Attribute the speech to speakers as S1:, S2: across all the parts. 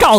S1: 告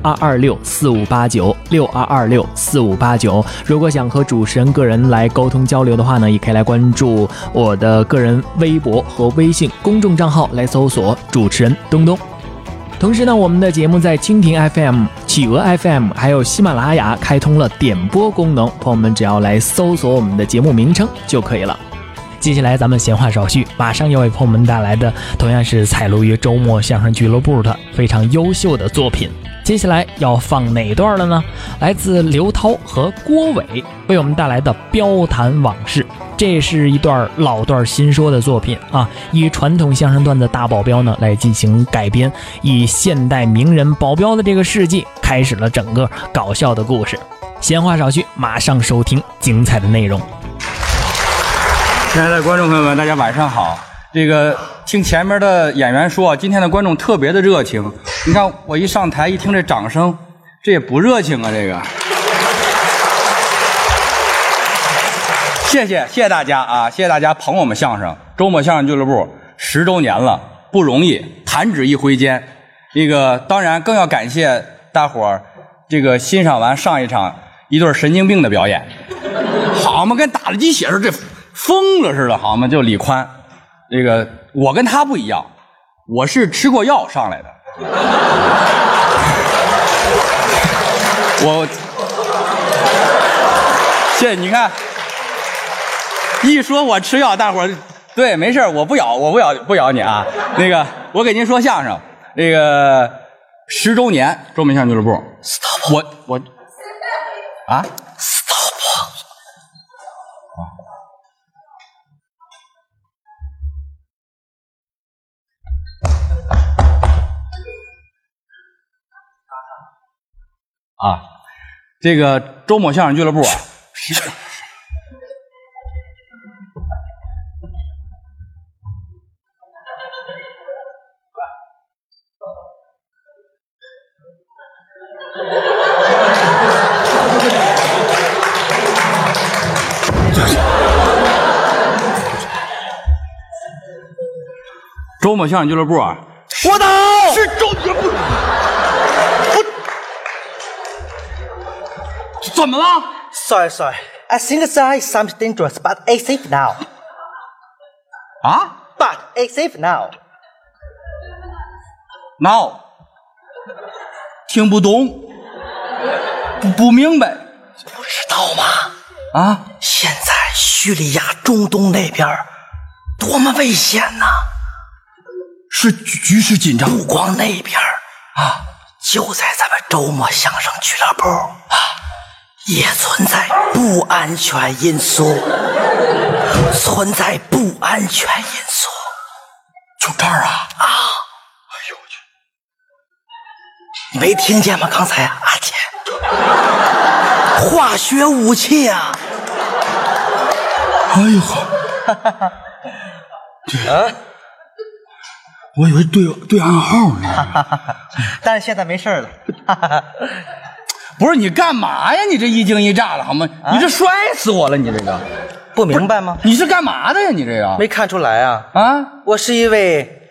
S1: 二二六四五八九六二二六四五八九。如果想和主持人个人来沟通交流的话呢，也可以来关注我的个人微博和微信公众账号来搜索主持人东东。同时呢，我们的节目在蜻蜓 FM、企鹅 FM 还有喜马拉雅开通了点播功能，朋友们只要来搜索我们的节目名称就可以了。接下来咱们闲话少叙，马上要为朋友们带来的同样是采录于周末相声俱乐部的非常优秀的作品。接下来要放哪段了呢？来自刘涛和郭伟为我们带来的《标谈往事》，这是一段老段新说的作品啊，以传统相声段子大保镖呢来进行改编，以现代名人保镖的这个事迹开始了整个搞笑的故事。闲话少叙，马上收听精彩的内容。
S2: 亲爱的观众朋友们，大家晚上好。这个听前面的演员说，今天的观众特别的热情。你看我一上台，一听这掌声，这也不热情啊，这个。谢谢谢谢大家啊，谢谢大家捧我们相声。周末相声俱乐部十周年了，不容易，弹指一挥间。这个当然更要感谢大伙儿，这个欣赏完上一场一对神经病的表演，好嘛，跟打了鸡血似的，这疯了似的，好嘛，就李宽。这个我跟他不一样，我是吃过药上来的。我，谢谢你看，一说我吃药，大伙儿对没事儿我不咬，我不咬，不咬你啊。那个，我给您说相声，那个十周年周明相声俱乐部，stop，我我啊啊，这个周某相声俱乐部 啊，十周某相声俱乐部啊，我倒是周杰不。怎么了？
S3: Sorry, sorry. I think there is something dangerous, but it's safe now.
S2: 啊
S3: But it's safe now.
S2: ？No，听不懂，不不明白
S3: 不知道吗？
S2: 啊？
S3: 现在叙利亚中东那边儿多么危险呐、
S2: 是局局势紧张，
S3: 不光那边儿啊，就在咱们周末相声俱乐部啊，也存在不安全因素，存在不安全因素。
S2: 就这儿啊？
S3: 哎你没听见吗？刚才啊阿姐，化学武器啊！
S2: 哎呦呵，这，我以为对对暗号呢。
S3: 但是现在没事了。
S2: 不是你干嘛呀？你这一惊一乍了好吗？
S3: 啊
S2: 你这摔死我了！你这个，
S3: 不明白吗？
S2: 你是干嘛的呀？你这个
S3: 没看出来啊？
S2: 啊？
S3: 我是一位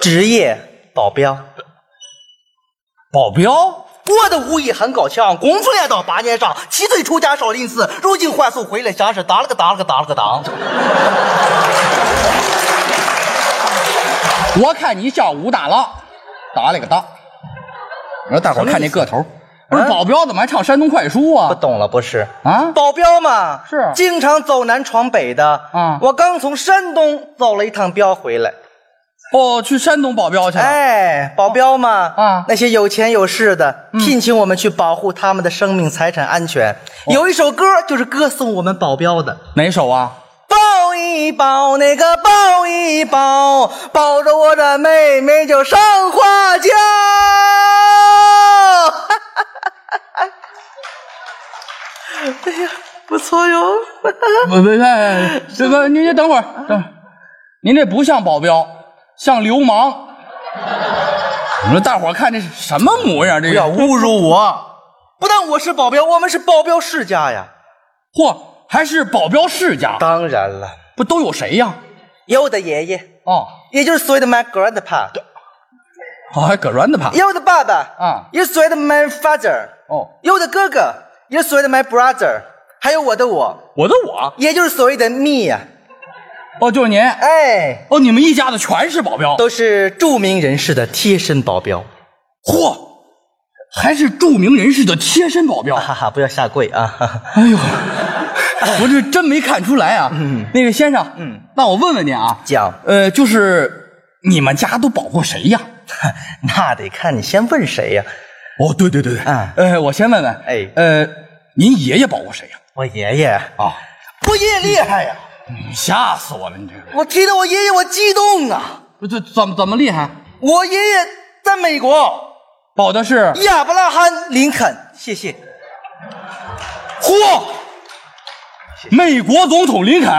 S3: 职业保镖，
S2: 保镖？
S3: 我的武艺很高强，功夫练到八年上，七岁出家少林寺，如今还俗回来乡试，打了个打了个打了个当。
S2: 我看你像武大郎，打了个当。我说大伙儿看这个头，不是
S3: 啊
S2: 保镖怎么还唱山东快书
S3: 不
S2: 啊？
S3: 懂了，不是
S2: 啊
S3: 保镖嘛，
S2: 是
S3: 经常走南闯北的
S2: 啊
S3: 我刚从山东走了一趟镖回来，
S2: 哦，去山东保镖去了。
S3: 哎，保镖嘛，
S2: 啊
S3: 那些有钱有势的聘请我们去保护他们的生命财产安全。有一首歌就是歌颂我们保镖的。
S2: 哪首啊？
S3: 抱一抱，那个抱一抱，抱着我的妹妹就上花轿。哎呀，不错哟。
S2: 不不不，这个您您等会儿，等会儿，您这不像保镖，像流氓。你说大伙儿看这是什么模样？这
S3: 不
S2: 个
S3: 要侮辱我！不但我是保镖，我们是保镖世家呀。
S2: 嚯，还是保镖世家，
S3: 当然了，
S2: 不都有谁呀？
S3: 有的爷爷，
S2: 哦，
S3: 也就是所谓的 my grandpa；
S2: 哦，还葛软的吧？
S3: 有的爸爸，
S2: 啊
S3: 也是所谓的 my father；
S2: 哦，
S3: 有的哥哥，也是所谓的 my brother；还有我的我，
S2: 我的我，
S3: 也就是所谓的 me 呀。
S2: 哦，就是您，
S3: 哎，
S2: 哦，你们一家子全是保镖，
S3: 都是著名人士的贴身保镖。
S2: 嚯，还是著名人士的贴身保镖。
S3: 哈哈，不要下跪啊！ 哈哈
S2: 哎呦，我这真没看出来啊。那个先生，
S3: 嗯，
S2: 那我问问您啊，
S3: 讲
S2: 呃，就是你们家都保护谁呀？
S3: 那得看你先问谁呀、
S2: 哦，对对对对
S3: 啊
S2: 呃，我先问问，
S3: 哎
S2: 呃，您爷爷保护谁呀？
S3: 我爷爷
S2: 啊，
S3: 不爷厉害呀、
S2: 嗯吓死我了！你这个，
S3: 我提到我爷爷，我激动啊！
S2: 不这怎么怎么厉害？
S3: 我爷爷在美国
S2: 保的是，
S3: 亚伯拉罕林肯，谢谢。
S2: 嚯，美国总统林肯，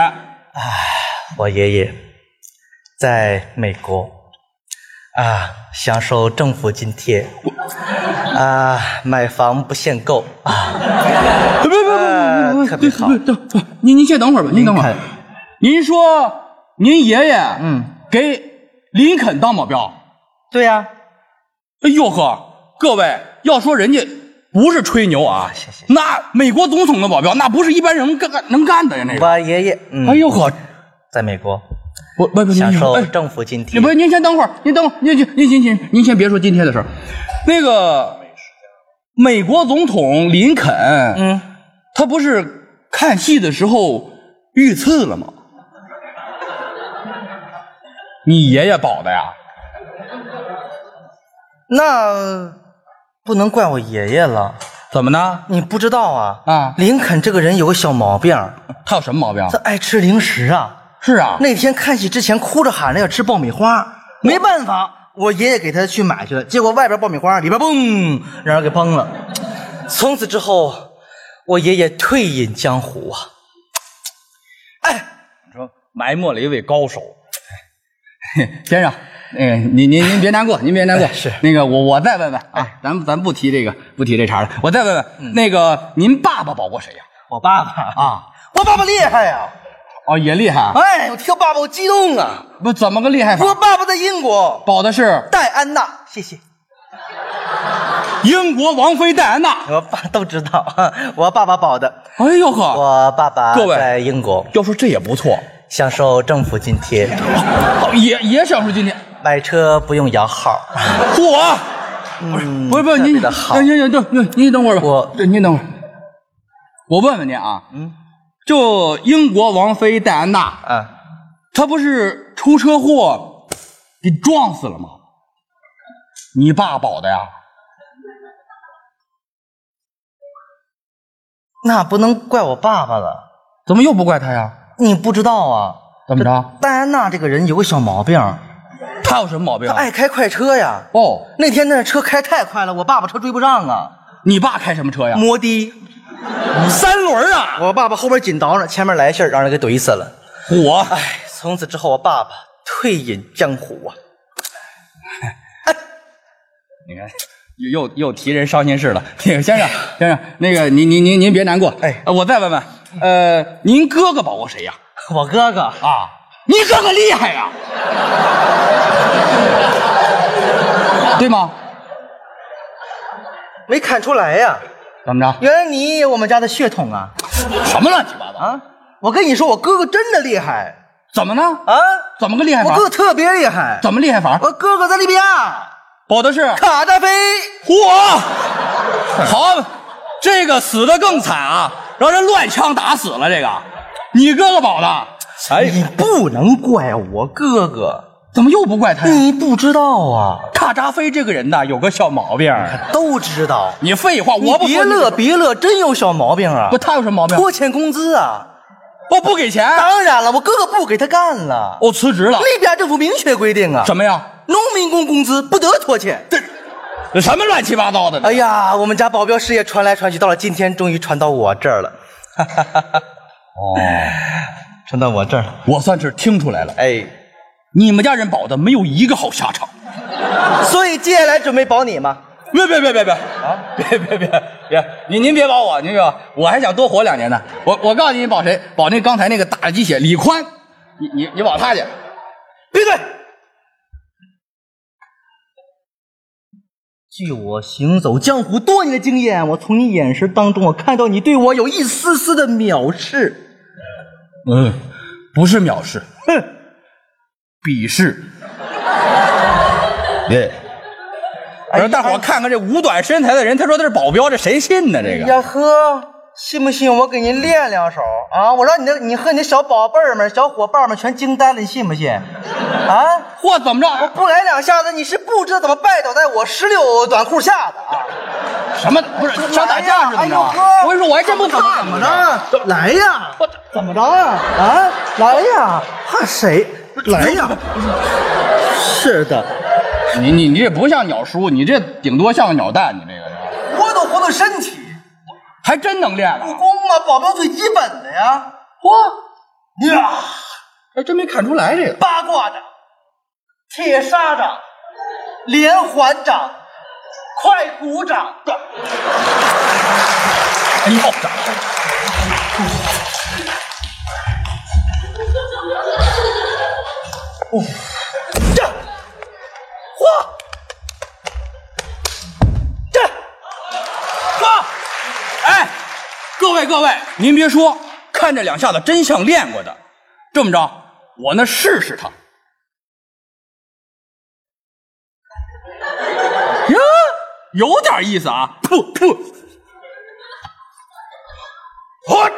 S3: 我爷爷在美国啊，享受政府津贴啊，买房不限购啊，
S2: 别别别
S3: 呃
S2: 别别，
S3: 特别好
S2: 对。对对您您先等会儿吧，您等会儿
S3: 林肯。
S2: 您说您爷爷
S3: 嗯
S2: 给林肯当保镖，
S3: 对呀、
S2: 哎呦呵，各位要说人家不是吹牛啊，
S3: 谢谢
S2: 那美国总统的保镖那不是一般人干能干的呀，那个。
S3: 我爷爷嗯，
S2: 哎呦呵，
S3: 在美国
S2: 不不不，您
S3: 享受
S2: 哎
S3: 政府津贴
S2: 您不，。您先等会儿，您等会儿，您您您您您您先别说今天的事儿，那个美国总统林肯，
S3: 嗯，
S2: 他不是看戏的时候遇刺了吗？你爷爷保的呀？
S3: 那不能怪我爷爷了。
S2: 怎么呢？
S3: 你不知道啊？
S2: 啊
S3: 林肯这个人有个小毛病，
S2: 他有什么毛病啊
S3: 他？爱吃零食啊。
S2: 是啊，
S3: 那天看戏之前哭着喊着要吃爆米花，没办法，我爷爷给他去买去了，结果外边爆米花，里边嘣，让人给崩了。从此之后，我爷爷退隐江湖啊。
S2: 埋没了一位高手。 先生，那个您您您别难过，您别难过，
S3: 是
S2: 那个我我再问问啊，咱们咱不提这个不提这茬了，我再问问那个您爸爸保过谁呀？
S3: 我爸爸，
S2: 啊，
S3: 我爸爸厉害呀、
S2: 哦也厉害啊，
S3: 哎，我提到爸爸我激动啊！
S2: 不怎么个厉害法？
S3: 我爸爸在英国，
S2: 保的是
S3: 戴安娜，谢谢。
S2: 英国王妃戴安娜。
S3: 我爸都知道， 我爸爸保的。
S2: 哎呦呵，
S3: 我爸爸
S2: 各位
S3: 在英国
S2: 要说这也不错，
S3: 享受政府津贴，
S2: 哦也也享受今天。
S3: 买车不用摇号。嗯
S2: 嚯，不是不是
S3: 特别
S2: 您，哎
S3: 的好
S2: 您您等您您等会儿吧，
S3: 我
S2: 对您等会儿，我问问您啊，嗯，就英国王妃戴安娜，
S3: 啊，
S2: 他不是出车祸给撞死了吗？你爸保的呀？
S3: 那不能怪我爸爸了。
S2: 怎么又不怪他呀？
S3: 你不知道啊？
S2: 怎么着？
S3: 戴安娜这个人有个小毛病，
S2: 他有什么毛病
S3: 她
S2: 啊？
S3: 爱开快车呀。
S2: 哦，
S3: 那天那车开太快了，我爸爸车追不上啊。
S2: 你爸开什么车呀？
S3: 摩的，
S2: 三轮啊！
S3: 我爸爸后边紧倒着，前面来信儿让人给怼死了。
S2: 我
S3: 哎，从此之后，我爸爸退隐江湖啊。
S2: 你看，又又提人伤心事了。 那个先生，先生，那个您您您您别难过，
S3: 哎
S2: 呃我再问问，呃，您哥哥保过谁呀？
S3: 我哥哥
S2: 啊，你哥哥厉害呀， 对吗？
S3: 没看出来呀、
S2: 怎么着？
S3: 原来你也有我们家的血统啊！
S2: 什么乱七八糟？
S3: 啊，我跟你说，我哥哥真的厉害
S2: 怎么呢？
S3: 啊！
S2: 怎么个厉害
S3: 我
S2: 法
S3: 哥？哥特别厉害，
S2: 怎么厉害法？
S3: 我哥哥在利比亚
S2: 保的是
S3: 卡扎菲，
S2: 嚯，好，这个死的更惨啊，让人乱枪打死了。这个，你哥哥保的，哎，
S3: 你不能怪我哥哥，
S2: 怎么又不怪他呀？
S3: 你不知道啊，
S2: 卡扎菲这个人呐，有个小毛病儿。
S3: 都知道。
S2: 你废话，我不
S3: 你别
S2: 说你
S3: 乐，别乐，真有小毛病啊！
S2: 不他有什么毛病？
S3: 拖欠工资啊！
S2: 我不给钱，
S3: 当然了，我哥哥不给他干了。
S2: 我辞职了。
S3: 利比亚政府明确规定啊，
S2: 什么呀？
S3: 农民工工资不得拖欠。
S2: 这什么乱七八糟的？
S3: 哎呀，我们家保镖事业传来传去，到了今天终于传到我这儿 了。
S2: 哦，
S3: 传到我这儿了，
S2: 我算是听出来了，
S3: 哎，
S2: 你们家人保的没有一个好下场。
S3: 所以接下来准备保你吗？
S2: 别别别别别啊！别别别别！您您别保我，您别保我，我还想多活两年呢。我我告诉你，你保谁？保那刚才那个打了鸡血李宽，你你你保他去。
S3: 闭嘴！据我行走江湖多年的经验，我从你眼神当中，我看到你对我有一丝丝的藐视。
S2: 嗯，不是藐视，
S3: 哼，
S2: 鄙视。对。我说大伙儿看看这五短身材的人，他说他是保镖，这谁信呢？这个
S3: 哎呀呵，信不信我给您练两手啊？我让你的你和你的小宝贝儿们、小伙伴们全惊呆了，你信 不信？啊？
S2: 嚯，怎么
S3: 我
S2: 着？
S3: 不来两下子，你是不知道怎么拜倒在我石榴短裤下的啊！
S2: 什么？不是想打架是怎么着？我跟你说，我还真不怕。
S3: 哎怎么着？啊来呀！
S2: 我
S3: 怎么着啊？啊，来呀！怕谁？来呀！是的，
S2: 你你你这不像鸟叔，你这顶多像个鸟蛋，你这个人
S3: 活动活动身体，
S2: 还真能练
S3: 武
S2: 了。
S3: 功啊，保镖最基本的呀。
S2: 嚯！
S3: 呀，
S2: 还哎真没看出来这个。
S3: 八卦掌、铁砂掌、连环掌、快鼓掌。
S2: 哎呦，
S3: 嚯！
S2: 这，哥，哎，各位各位，您别说，看这两下子真像练过的。这么着，我呢试试他。哟，有点意思啊！噗噗，嚯！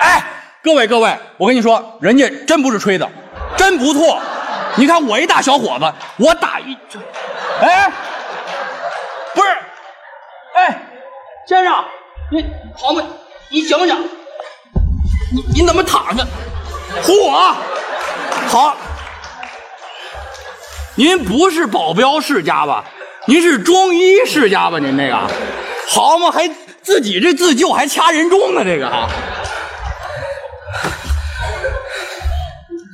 S2: 哎，各位各位，我跟你说，人家真不是吹的，真不错。你看我一大小伙子，我打一，这哎，不是，哎，先生，你旁边，你醒醒，你你怎么躺着？嚯，好，您不是保镖世家吧？您是中医世家吧？您这个，好嘛，还自己这自救还掐人中呢，这个哈。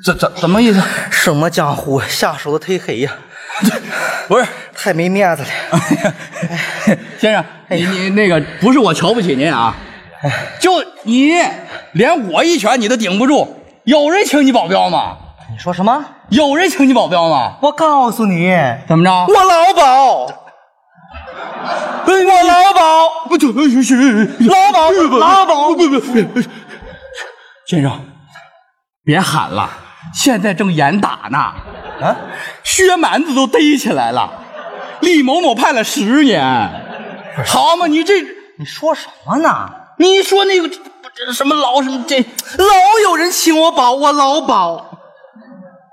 S2: 怎怎怎么意思？
S3: 什么江湖，下手的忒黑呀，
S2: 不是，
S3: 太没面子了。
S2: 啊先生，你你那个不是我瞧不起您啊，就你连我一拳你都顶不住，有人请你保镖吗？
S3: 你说什么？
S2: 有人请你保镖吗？
S3: 我告诉你，
S2: 怎么着？
S3: 我老保，我老保，
S2: 不就
S3: 老保，老保，
S2: 不不不，先生，别喊了，现在正严打呢，
S3: 啊，
S2: 薛蛮子都逮起来了，李某某判了十年，好嘛，你这
S3: 你说什么呢？
S2: 你说那个这什么老什么这。
S3: 老有人请我保，我老保。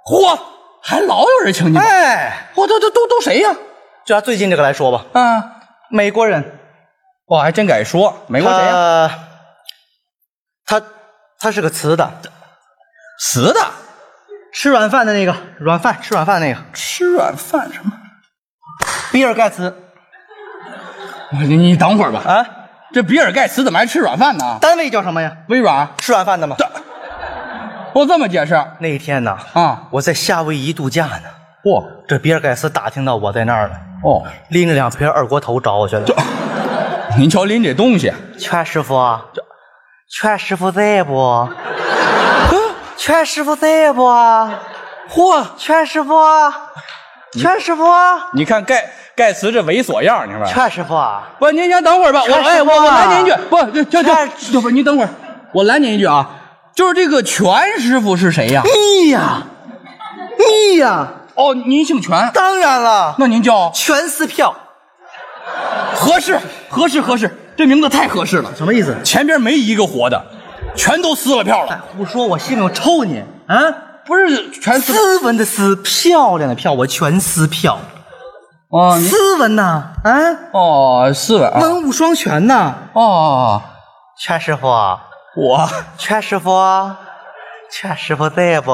S2: 嚯，还老有人请你们！
S3: 哎，
S2: 嚯，都都都都谁呀？
S3: 就拿最近这个来说吧，
S2: 啊，
S3: 美国人，
S2: 我哦还真敢说，美
S3: 美
S2: 国谁呀？
S3: 他他是个雌的，
S2: 死的，
S3: 吃软饭的那个，软饭吃软饭那个，
S2: 吃软饭什么？
S3: 比尔盖茨
S2: 你你等会儿吧，
S3: 啊，
S2: 这比尔盖茨怎么还吃软饭呢？
S3: 单位叫什么呀？
S2: 微软，啊
S3: 吃软饭的吗？
S2: 我这么解释
S3: 那一天呐，
S2: 啊，
S3: 我在夏威夷度假呢，
S2: 嚯、
S3: 这比尔盖茨打听到我在那儿了，
S2: 哦，
S3: 拎着两瓶二锅头找我去了。
S2: 您瞧您这东西，
S3: 全师傅，全师傅在 不？全师傅在不？嚯，全师傅，全师傅，
S2: 你看盖盖茨这猥琐样儿，你说吧？
S3: 全师傅，
S2: 不，您先等会儿吧，我
S3: 全
S2: 哎，
S3: 是
S2: 我我
S3: 吧
S2: 拦您一句，不，这这
S3: 全
S2: 这，要不您等会儿，我拦您一句啊，就是这个全师傅是谁呀、
S3: 你哎呀，你呀，
S2: 哦，您姓全，
S3: 当然了，
S2: 那您叫
S3: 全撕票，
S2: 合适，合适，合适，这名字太合适了，
S3: 什么意思？
S2: 前边没一个活的，全都撕了票了。
S3: 哎胡说，我信不信我抽你啊？
S2: 不是全撕
S3: 斯文的斯，漂亮的漂，我全撕票，
S2: 哦您
S3: 斯文呐，啊，
S2: 哦，四位啊，
S3: 文武双全呐。
S2: 哦，
S3: 全师傅，
S2: 我
S3: 全师傅，全师傅在不？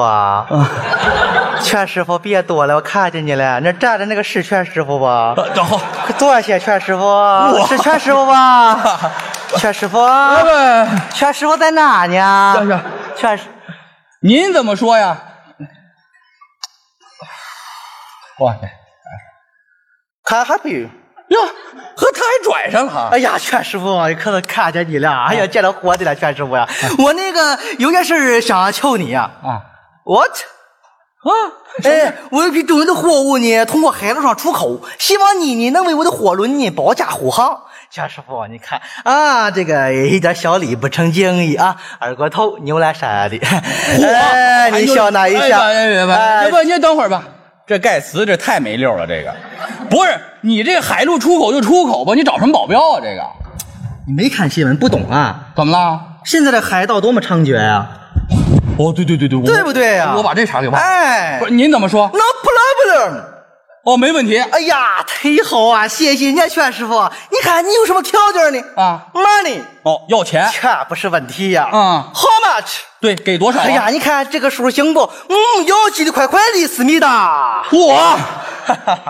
S3: 全师傅别躲了，我看见你了。那站着那个是全师傅吧？
S2: 呃然后
S3: 快坐下，全师傅，是全师傅 吧？全师傅，
S2: 呃，
S3: 全师傅在哪
S2: 站
S3: 呢
S2: 着？
S3: 全师，
S2: 您怎么说呀？哇
S3: 看还比。
S2: 哟，和他还拽上了哈
S3: 哎！呀，全师傅，我可能看见你了！哎呀，见着活的了，全师傅呀！我那个有件事儿想求你呀、
S2: 啊
S3: 我操！
S2: 啊，
S3: 哎，我有批重要的货物呢，通过海路上出口，希望你呢能为我的火轮呢保驾护航。贾师傅，你看啊，这个一点小礼不成敬意啊，二锅头牛栏山 的，哎，你笑纳一下，
S2: 啊哎别别别，要
S3: 哎
S2: 不您等会儿吧。这盖茨这太没溜了，这个 不是你这海陆出口就出口吧？你找什么保镖啊？这个
S3: 你没看新闻不懂啊？
S2: 怎么了？
S3: 现在的海盗多么猖獗啊，
S2: 哦，对对对对，
S3: 对不对呀、
S2: 我把这茬给忘了。
S3: 哎
S2: 不是您怎么说？
S3: ，no problem。
S2: 哦，没问题。
S3: 哎呀，忒好啊！谢谢人家全师傅，你看你有什么条件呢？
S2: 啊
S3: ，money，
S2: 哦，要钱。
S3: 这不是问题呀、
S2: 嗯
S3: h o w much？
S2: 对，给多少、啊？
S3: 哎呀，你看这个数行不？嗯，要记得快快的，思密达。
S2: 我，啊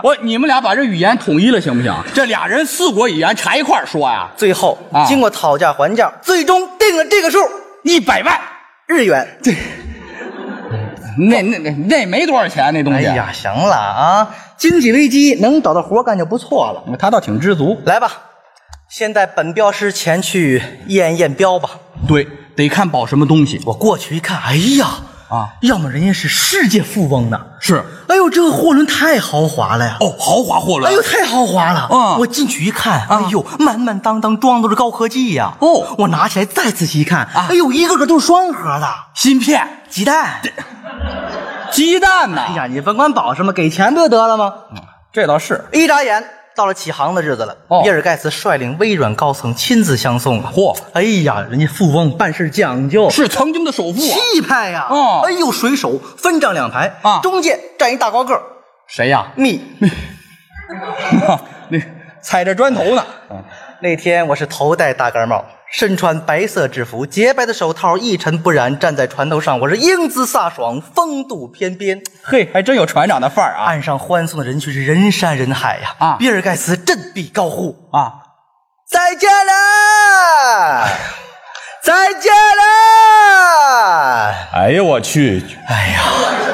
S2: 我你们俩把这语言统一了行不行？这俩人四国语言缠一块儿说呀，
S3: 最后
S2: 啊
S3: 经过讨价还价，最终定了这个数，
S2: 一百万，
S3: 日元。
S2: 那那那那没多少钱那东
S3: 哎
S2: 西。
S3: 呀，行了啊，经济危机能找到活干就不错了。
S2: 他倒挺知足。
S3: 来吧，现在本镖师前去验验镖吧。
S2: 对，得看保什么东西。
S3: 我过去一看，哎呀，
S2: 啊，
S3: 要么人家是世界富翁呢，
S2: 是
S3: 哎呦，这个货轮太豪华了呀！
S2: 哦，豪华货轮。
S3: 哎呦，太豪华了！
S2: 嗯
S3: 我进去一看，
S2: 啊
S3: 哎呦，满满当当装的都是高科技呀！
S2: 哦
S3: 我拿起来再仔细一看，
S2: 啊
S3: 哎呦，一个个都是双核的
S2: 芯片、
S3: 鸡蛋。
S2: 鸡蛋呐、
S3: 哎呀，你甭管保什么，给钱不就得了吗？
S2: 这倒是。
S3: 一眨眼到了起航的日子了，
S2: 哦
S3: 比尔盖茨率领微软高层亲自相送啊！
S2: 嚯
S3: 哎呀，人家富翁办事讲究，
S2: 是曾经的首富、啊。
S3: 气派呀！
S2: 哦
S3: 哎呦，水手分账两排
S2: 啊
S3: 中间站一大高个儿，
S2: 谁呀、
S3: 密
S2: 那踩着砖头呢。
S3: 那天我是头戴大盖帽，身穿白色制服，洁白的手套一尘不染，站在船头上，我是英姿飒爽，风度翩翩。
S2: 嘿，还真有船长的范儿啊！
S3: 岸上欢送的人群是人山人海呀、
S2: 啊
S3: 比尔盖茨振臂高呼
S2: 啊，：“
S3: 再见
S2: 哎
S3: 了，再见了
S4: 哎呀，我去！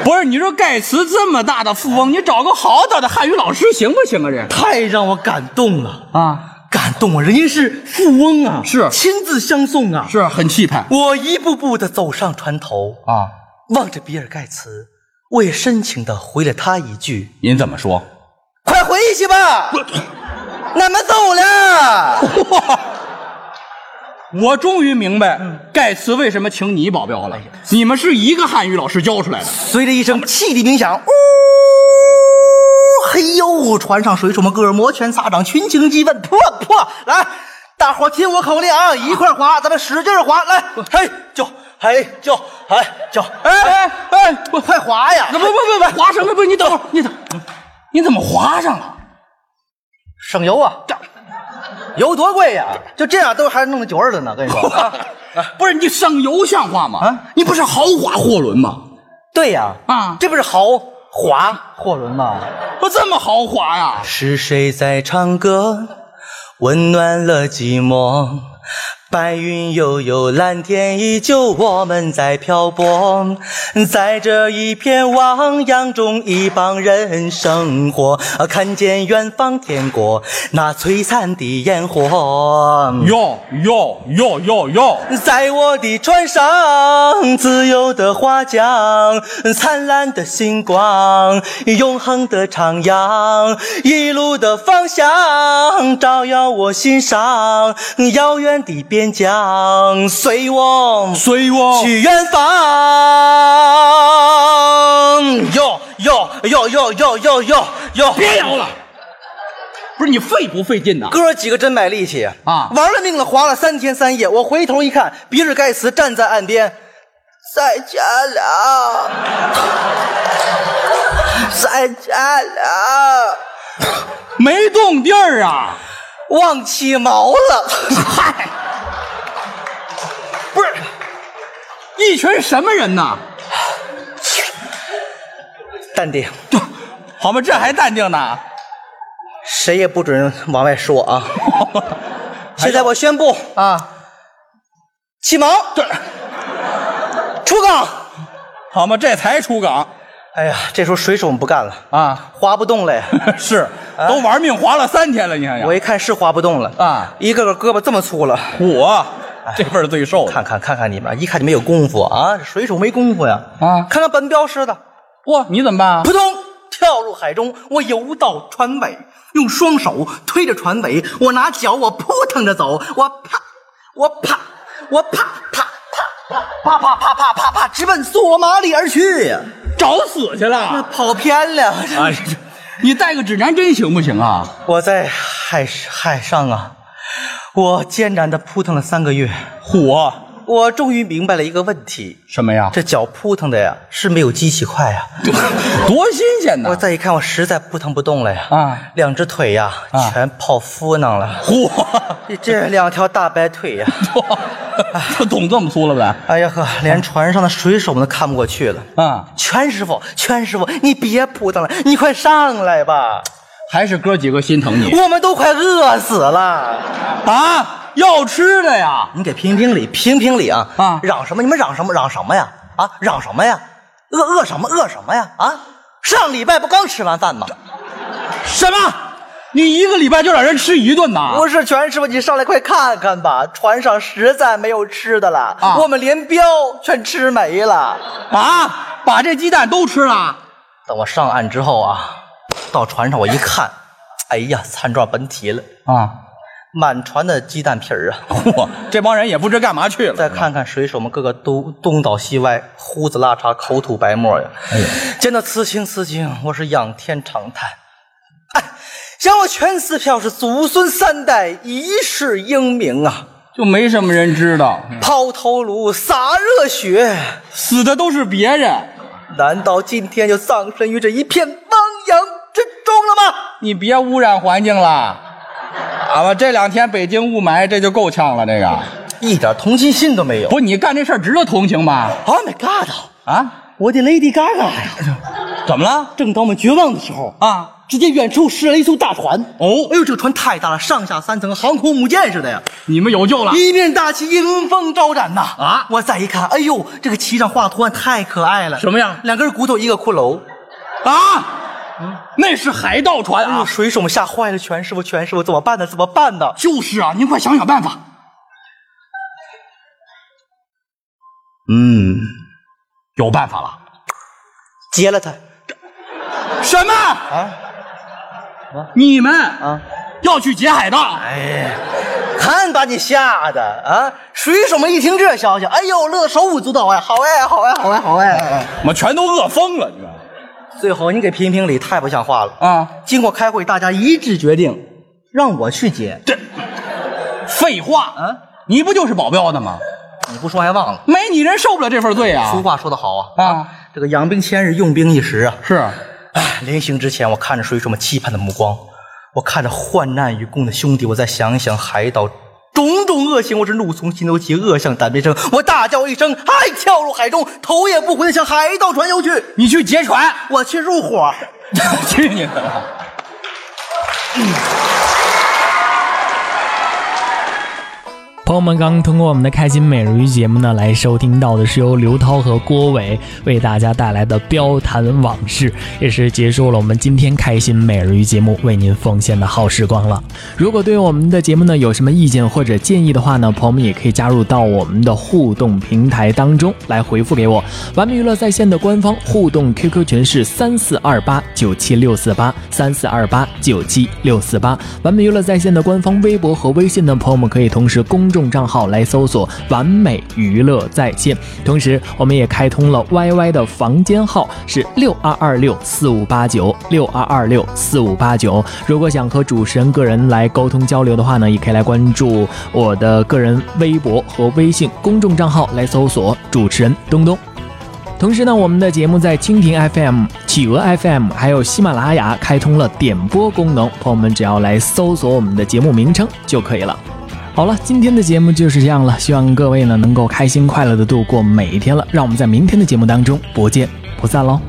S2: 不是你说盖茨这么大的富翁，你找个好点的汉语老师行不行啊？！”这
S3: 太让我感动了，
S2: 啊。
S3: 感动啊！人家是富翁啊，
S2: 是
S3: 亲自相送啊。
S2: 是很气派
S3: 我一步步的走上船头，
S2: 啊！
S3: 望着比尔盖茨，我也深情的回了他一句
S2: 您怎么说？：“
S3: 快回去 吧，俺们走了。
S2: 我终于明白盖茨为什么请你保镖了。你们是一个汉语老师教出来的”。
S3: 随着一声汽笛鸣响，呜，嘿呦，船上水手们个儿摩拳擦掌，群情激愤，破破来，大伙儿听我口令啊，一块儿划，咱们使劲儿划，来，嘿就嘿就嘿就，
S2: 哎哎哎！不
S3: 快划呀！
S2: 不不不不，划什么？不，你等会儿，你等，嗯你怎么划上了？
S3: 省油啊，油多贵呀、就这样都还弄了九二的呢，跟你说。 啊
S2: 不是你省油像话吗？
S3: 啊，
S2: 你不是豪华货轮吗？
S3: 对呀、
S2: 啊
S3: 这不是豪华货轮吗？
S2: 不这么豪华呀？
S3: 是谁在唱歌，温暖了寂寞？白云悠悠，蓝天依旧，我们在漂泊，在这一片汪洋中，一帮人生活。啊看见远方天国那璀璨的烟火，
S2: 哟哟哟哟哟，
S3: 在我的船上，自由的划桨，灿烂的星光，永恒的徜徉，一路的方向照耀我心上，遥远的边疆，随我
S2: 随我
S3: 去远方。哟哟哟哟哟哟哟哟！
S2: 别摇了，不是你费不费劲呐？
S3: 哥几个真买力气
S2: 啊
S3: 玩了命了，划了三天三夜。我回头一看，比尔盖茨站在岸边，在家了， 在家了，
S2: 没动地儿啊！
S3: 忘起毛了。
S2: 嗨，不是，一群什么人呐？
S3: 淡定，
S2: 好吧，这还淡定呢？
S3: 谁也不准往外说啊！ 现在我宣布，
S2: 啊，
S3: 启蒙
S2: 对，
S3: 出港。
S2: 好嘛，这才出港
S3: 哎呀，这时候水手们不干了，
S2: 啊！
S3: 划不动了呀。
S2: 是，都玩命划了三天了，你看看
S3: 我一看是划不动了
S2: 啊，
S3: 一个个胳膊这么粗了。
S2: 我这份儿最瘦
S3: 看
S2: 的。
S3: 看看看你们，一看你们有功夫啊！水手没功夫呀！
S2: 啊
S3: 看看本标识的，
S2: 哇，你怎么办啊？
S3: 扑通跳入海中，我游到船尾，用双手推着船尾，我拿脚我扑腾着走，我啪，我啪，我啪啪啪啪啪啪啪啪啪，直奔索马里而去呀！
S2: 找死去了！
S3: 跑偏了，
S2: 哎，你带个指南针行不行啊？
S3: 我在海海上啊，我艰难的扑腾了三个月，
S2: 火
S3: 我终于明白了一个问题。
S2: 什么呀？
S3: 这脚扑腾的呀，是没有机器快啊呀、
S2: 多新鲜呐
S3: 我！再一看，我实在扑腾不动了呀！
S2: 啊，
S3: 两只腿呀，
S2: 啊
S3: 全泡敷 囊了。
S2: 火，
S3: 这这两条大白 腿呀，
S2: 就懂这么粗了呗？
S3: 哎呀呵，连船上的水手们都看不过去了。
S2: 啊，
S3: 全师傅，全师傅，你别扑腾了，你快上来吧，
S2: 还是哥几个心疼你
S3: 我们都快饿死了。
S2: 啊！要吃的呀！
S3: 你给评评理，评评理啊！
S2: 啊
S3: 嚷什么？你们嚷什么？嚷什么呀？啊，嚷什么呀？饿饿什么？饿什么呀？啊，上礼拜不刚吃完饭吗？
S2: 什么？你一个礼拜就让人吃一顿呐？
S3: 不是全师傅，你上来快看看吧，船上实在没有吃的了，
S2: 啊
S3: 我们连标全吃没了。
S2: 啊，把这鸡蛋都吃了？
S3: 等我上岸之后啊，到船上我一看，哎呀，惨状本体了，
S2: 啊，
S3: 满船的鸡蛋皮儿啊！
S2: 嚯，这帮人也不知干嘛去了。
S3: 再看看水手们个个都东倒西歪，胡子拉碴，口吐白沫呀！哎呀，见到此情此景，我是仰天长叹。哎，想我全寺票是祖孙三代一世英名啊！
S2: 就没什么人知道，
S3: 抛头颅，洒热血，
S2: 死的都是别人。
S3: 难道今天就葬身于这一片汪洋之中了吗？
S2: 你别污染环境了。啊吧，这两天北京雾霾，这就够呛了。这个
S3: 一点同情心都没有。
S2: 不，你干这事儿值得同情吗？
S3: Oh my God！
S2: 啊，
S3: 我的 Lady Gaga 呀！
S2: 怎么了？
S3: 正当我们绝望的时候，
S2: 啊，
S3: 只见远处驶来一艘大船。
S2: 哦
S3: 哎，呦，这个船太大了，上下三层，航空母舰似的呀！
S2: 你们有救了。
S3: 一面大旗迎风招展呐！
S2: 啊
S3: 我再一看，哎呦，这个旗上画图案太可爱了，
S2: 什么呀
S3: 两根骨头，一个骷髅。
S2: 啊，那是海盗船啊
S3: 哎呦，！水手们吓坏了，全师傅，全师傅，怎么办呢？怎么办呢？
S2: 就是啊，您快想想办法。
S3: 嗯，
S2: 有办法了？
S3: 劫了他。
S2: 什么？啊？你们
S3: 啊
S2: 要去劫海盗？
S3: 看把你吓的啊！水手们一听这消息，哎呦，乐得手舞足蹈哎，好哎，好哎，好哎，好哎！
S2: 我们全都饿疯了，你们
S3: 最后你给评评理，太不像话了！
S2: 啊！
S3: 经过开会，大家一致决定让我去接。
S2: 废话
S3: 啊！
S2: 你不就是保镖的吗？
S3: 你不说还忘了，
S2: 没你人受不了这份罪啊
S3: 俗！话说得好啊，
S2: 啊，
S3: 这个养兵千日，用兵一时啊。
S2: 是
S3: 唉临行之前，我看着水手们期盼的目光，我看着患难与共的兄弟，我再想一想海岛种种恶行，我是怒从心头起，恶向胆边生。我大叫一声，嗨，跳入海中，头也不回的向海盗船游去。
S2: 你去劫船，
S3: 我去入伙。
S2: 去你的吧！
S1: 朋朋友们刚刚通过我们的开心美人鱼节目呢，来收听到的是由刘涛和郭伟为大家带来的《标谈往事》，也是结束了我们今天开心美人鱼节目为您奉献的好时光了。如果对我们的节目呢有什么意见或者建议的话呢，朋友们也可以加入到我们的互动平台当中来回复给我。完美娱乐在线的官方互动 QQ 群是三四二八九七六四八三四二八九七六四八。完美娱乐在线的官方微博和微信呢，朋友们可以同时公众账号来搜索“完美娱乐在线”。同时，我们也开通了 YY 的房间号是六二二六四五八九六二二六四五八九。如果想和主持人个人来沟通交流的话呢，也可以来关注我的个人微博和微信公众账号来搜索主持人东东。同时呢，我们的节目在蜻蜓 FM、企鹅 FM 还有喜马拉雅开通了点播功能，朋友们只要来搜索我们的节目名称就可以了。好了，今天的节目就是这样了，希望各位呢能够开心快乐的度过每一天了。让我们在明天的节目当中不见不散喽。